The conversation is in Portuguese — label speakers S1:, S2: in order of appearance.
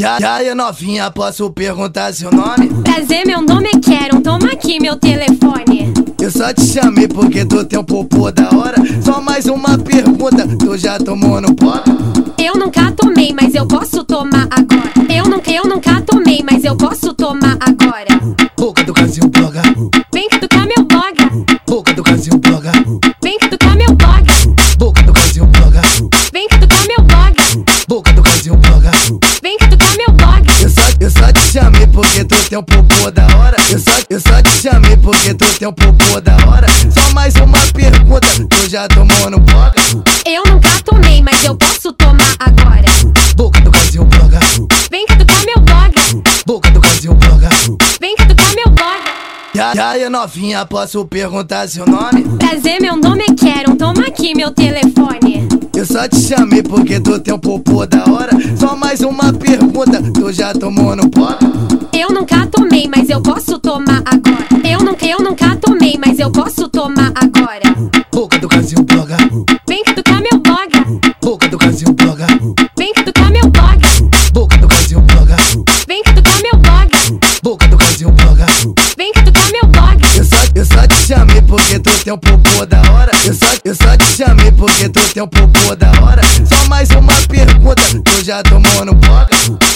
S1: E aí, novinha, posso perguntar seu nome?
S2: Prazer, meu nome é Keron, toma aqui meu telefone.
S1: Eu só te chamei porque tu tem um popô da hora. Só mais uma pergunta, tu já tomou no pó?
S2: Eu nunca tomei, mas eu posso tomar agora. Eu nunca, eu nunca tomei, mas eu posso tomar agora.
S1: Boca do casinho bloga,
S2: Vem cutucar meu blog,
S1: boca do casinho bloga,
S2: vem cutucar meu blog,
S1: boca do casinho bloga,
S2: vem cutucar meu blog,
S1: boca do casinho bloga.
S2: vem cutucar meu blog.
S1: Eu só, eu só te chamei porque tu tem um popô da hora. Eu só, eu só te chamei porque tu tem um popô da hora. Só mais uma pergunta, tu já tomou no pó?
S2: Eu nunca tomei, mas eu posso tomar agora.
S1: Boca do casinho bloga,
S2: Vem cutucar meu blog,
S1: boca do casinho bloga.
S2: vem cutucar meu blog.
S1: E aí, novinha, posso perguntar seu nome?
S2: Prazer, meu nome é Keron, toma aqui meu telefone.
S1: Eu só te chamei porque tu tem um popô da hora. Só mais uma pergunta, tu já tomou no pó?
S2: Eu nunca tomei, mas eu posso tomar agora. Eu nunca, eu nunca tomei, mas eu posso tomar agora.
S1: Boca do casinho bloga,
S2: Vem cutucar meu blog,
S1: boca do casinho bloga,
S2: vem cutucar meu blog,
S1: boca do casinho bloga,
S2: vem cutucar meu blog,
S1: boca do casinho bloga.
S2: vem cutucar meu blog.
S1: Eu só, eu só te chamei porque tu tem um popô da hora. Eu só, eu só te chamei porque tu tem um popô da hora. Só mais uma pergunta, tu já tomou no pó?
S2: tá tá